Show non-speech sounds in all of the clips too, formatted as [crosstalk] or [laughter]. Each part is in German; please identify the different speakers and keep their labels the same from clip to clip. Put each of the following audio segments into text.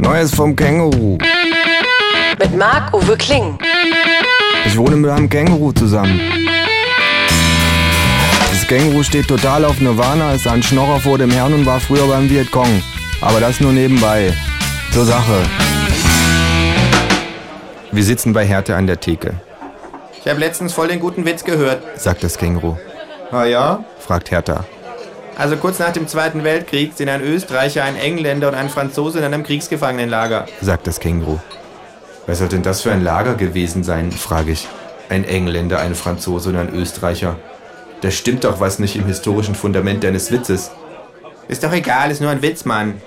Speaker 1: Neues vom Känguru.
Speaker 2: Mit Marc-Uwe Kling.
Speaker 1: Ich wohne mit einem Känguru zusammen. Das Känguru steht total auf Nirvana, ist ein Schnorrer vor dem Herrn und war früher beim Vietcong. Aber das nur nebenbei. Zur Sache. Wir sitzen bei Härte an der Theke,
Speaker 3: Ich habe letztens voll den guten Witz gehört.
Speaker 1: sagt das Känguru.
Speaker 3: Ah ja?
Speaker 1: Fragt Hertha.
Speaker 3: Also kurz nach dem Zweiten Weltkrieg sind ein Österreicher, ein Engländer und ein Franzose in einem Kriegsgefangenenlager.
Speaker 1: sagt das Känguru. Was soll denn das für ein Lager gewesen sein, frage ich. Ein Engländer, ein Franzose und ein Österreicher. Da stimmt doch was nicht im historischen Fundament deines Witzes.
Speaker 3: Ist doch egal, ist nur ein Witz, Mann.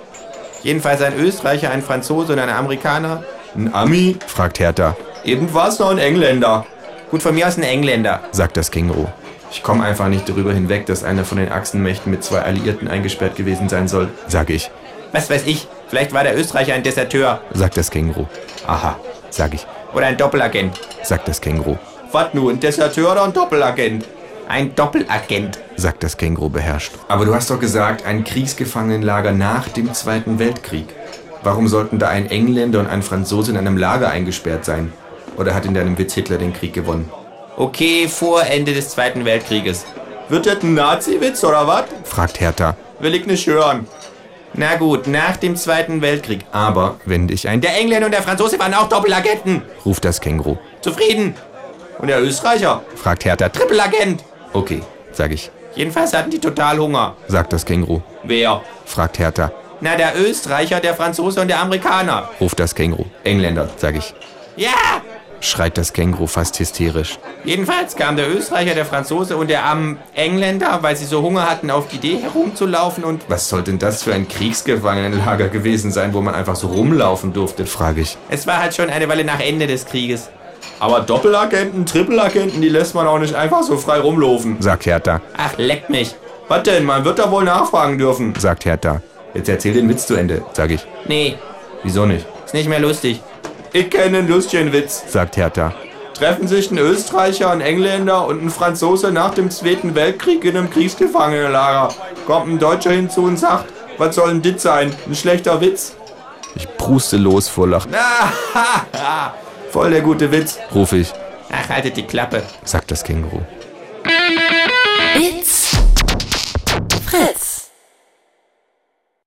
Speaker 3: Jedenfalls ein Österreicher, ein Franzose und ein Amerikaner.
Speaker 1: Ein Ami? fragt Hertha. Eben war es noch ein Engländer,
Speaker 3: Gut, von mir aus ein Engländer.
Speaker 1: sagt das Känguru. Ich komme einfach nicht darüber hinweg, dass einer von den Achsenmächten mit zwei Alliierten eingesperrt gewesen sein soll, sage ich,
Speaker 3: Was weiß ich, vielleicht war der Österreicher ein Deserteur
Speaker 1: sagt das Känguru. Aha, sage ich,
Speaker 3: oder ein Doppelagent.
Speaker 1: sagt das Känguru,
Speaker 3: Was nun, ein Deserteur oder ein Doppelagent? Ein Doppelagent.
Speaker 1: sagt das Känguru beherrscht. Aber du hast doch gesagt, ein Kriegsgefangenenlager nach dem Zweiten Weltkrieg. Warum sollten da ein Engländer und ein Franzose in einem Lager eingesperrt sein? Oder hat in deinem Witz Hitler den Krieg gewonnen?
Speaker 3: Okay, vor Ende des Zweiten Weltkrieges. Wird das ein Nazi-Witz oder was?
Speaker 1: fragt Hertha.
Speaker 3: Will ich nicht hören. Na gut, nach dem Zweiten Weltkrieg.
Speaker 1: Aber, wende ich ein, der
Speaker 3: Der Engländer und der Franzose waren auch Doppelagenten.
Speaker 1: ruft das Känguru.
Speaker 3: Zufrieden. Und der Österreicher,
Speaker 1: Fragt Hertha, Tripp.
Speaker 3: Doppelagent.
Speaker 1: Okay, sag ich,
Speaker 3: Jedenfalls hatten die total Hunger.
Speaker 1: sagt das Känguru.
Speaker 3: Wer?
Speaker 1: Fragt Hertha,
Speaker 3: Na, der Österreicher, der Franzose und der Amerikaner.
Speaker 1: ruft das Känguru. Engländer, sag ich,
Speaker 3: Ja!
Speaker 1: schreit das Känguru fast hysterisch.
Speaker 3: Jedenfalls kamen der Österreicher, der Franzose und der armen Engländer, weil sie so Hunger hatten, auf die Idee herumzulaufen und
Speaker 1: Was soll denn das für ein Kriegsgefangenenlager gewesen sein, wo man einfach so rumlaufen durfte, frage ich.
Speaker 3: es war halt schon eine Weile nach Ende des Krieges.
Speaker 1: Aber Doppelagenten, Trippelagenten, die lässt man auch nicht einfach so frei rumlaufen, sagt Hertha.
Speaker 3: Ach, leck mich.
Speaker 1: Was denn, man wird da wohl nachfragen dürfen, sagt Hertha. Jetzt erzähl den Witz zu Ende, sag ich.
Speaker 3: Nee,
Speaker 1: Wieso nicht?
Speaker 3: ist nicht mehr lustig.
Speaker 1: Ich kenne einen lustigen Witz, sagt Hertha. Treffen sich ein Österreicher, ein Engländer und ein Franzose nach dem Zweiten Weltkrieg in einem Kriegsgefangenenlager. Kommt ein Deutscher hinzu und sagt, was soll denn dit sein? Ein schlechter Witz? [laughs] Ich pruste los vor Lachen. Voll der gute Witz, rufe ich,
Speaker 3: Ach, haltet die Klappe.
Speaker 1: sagt das Känguru.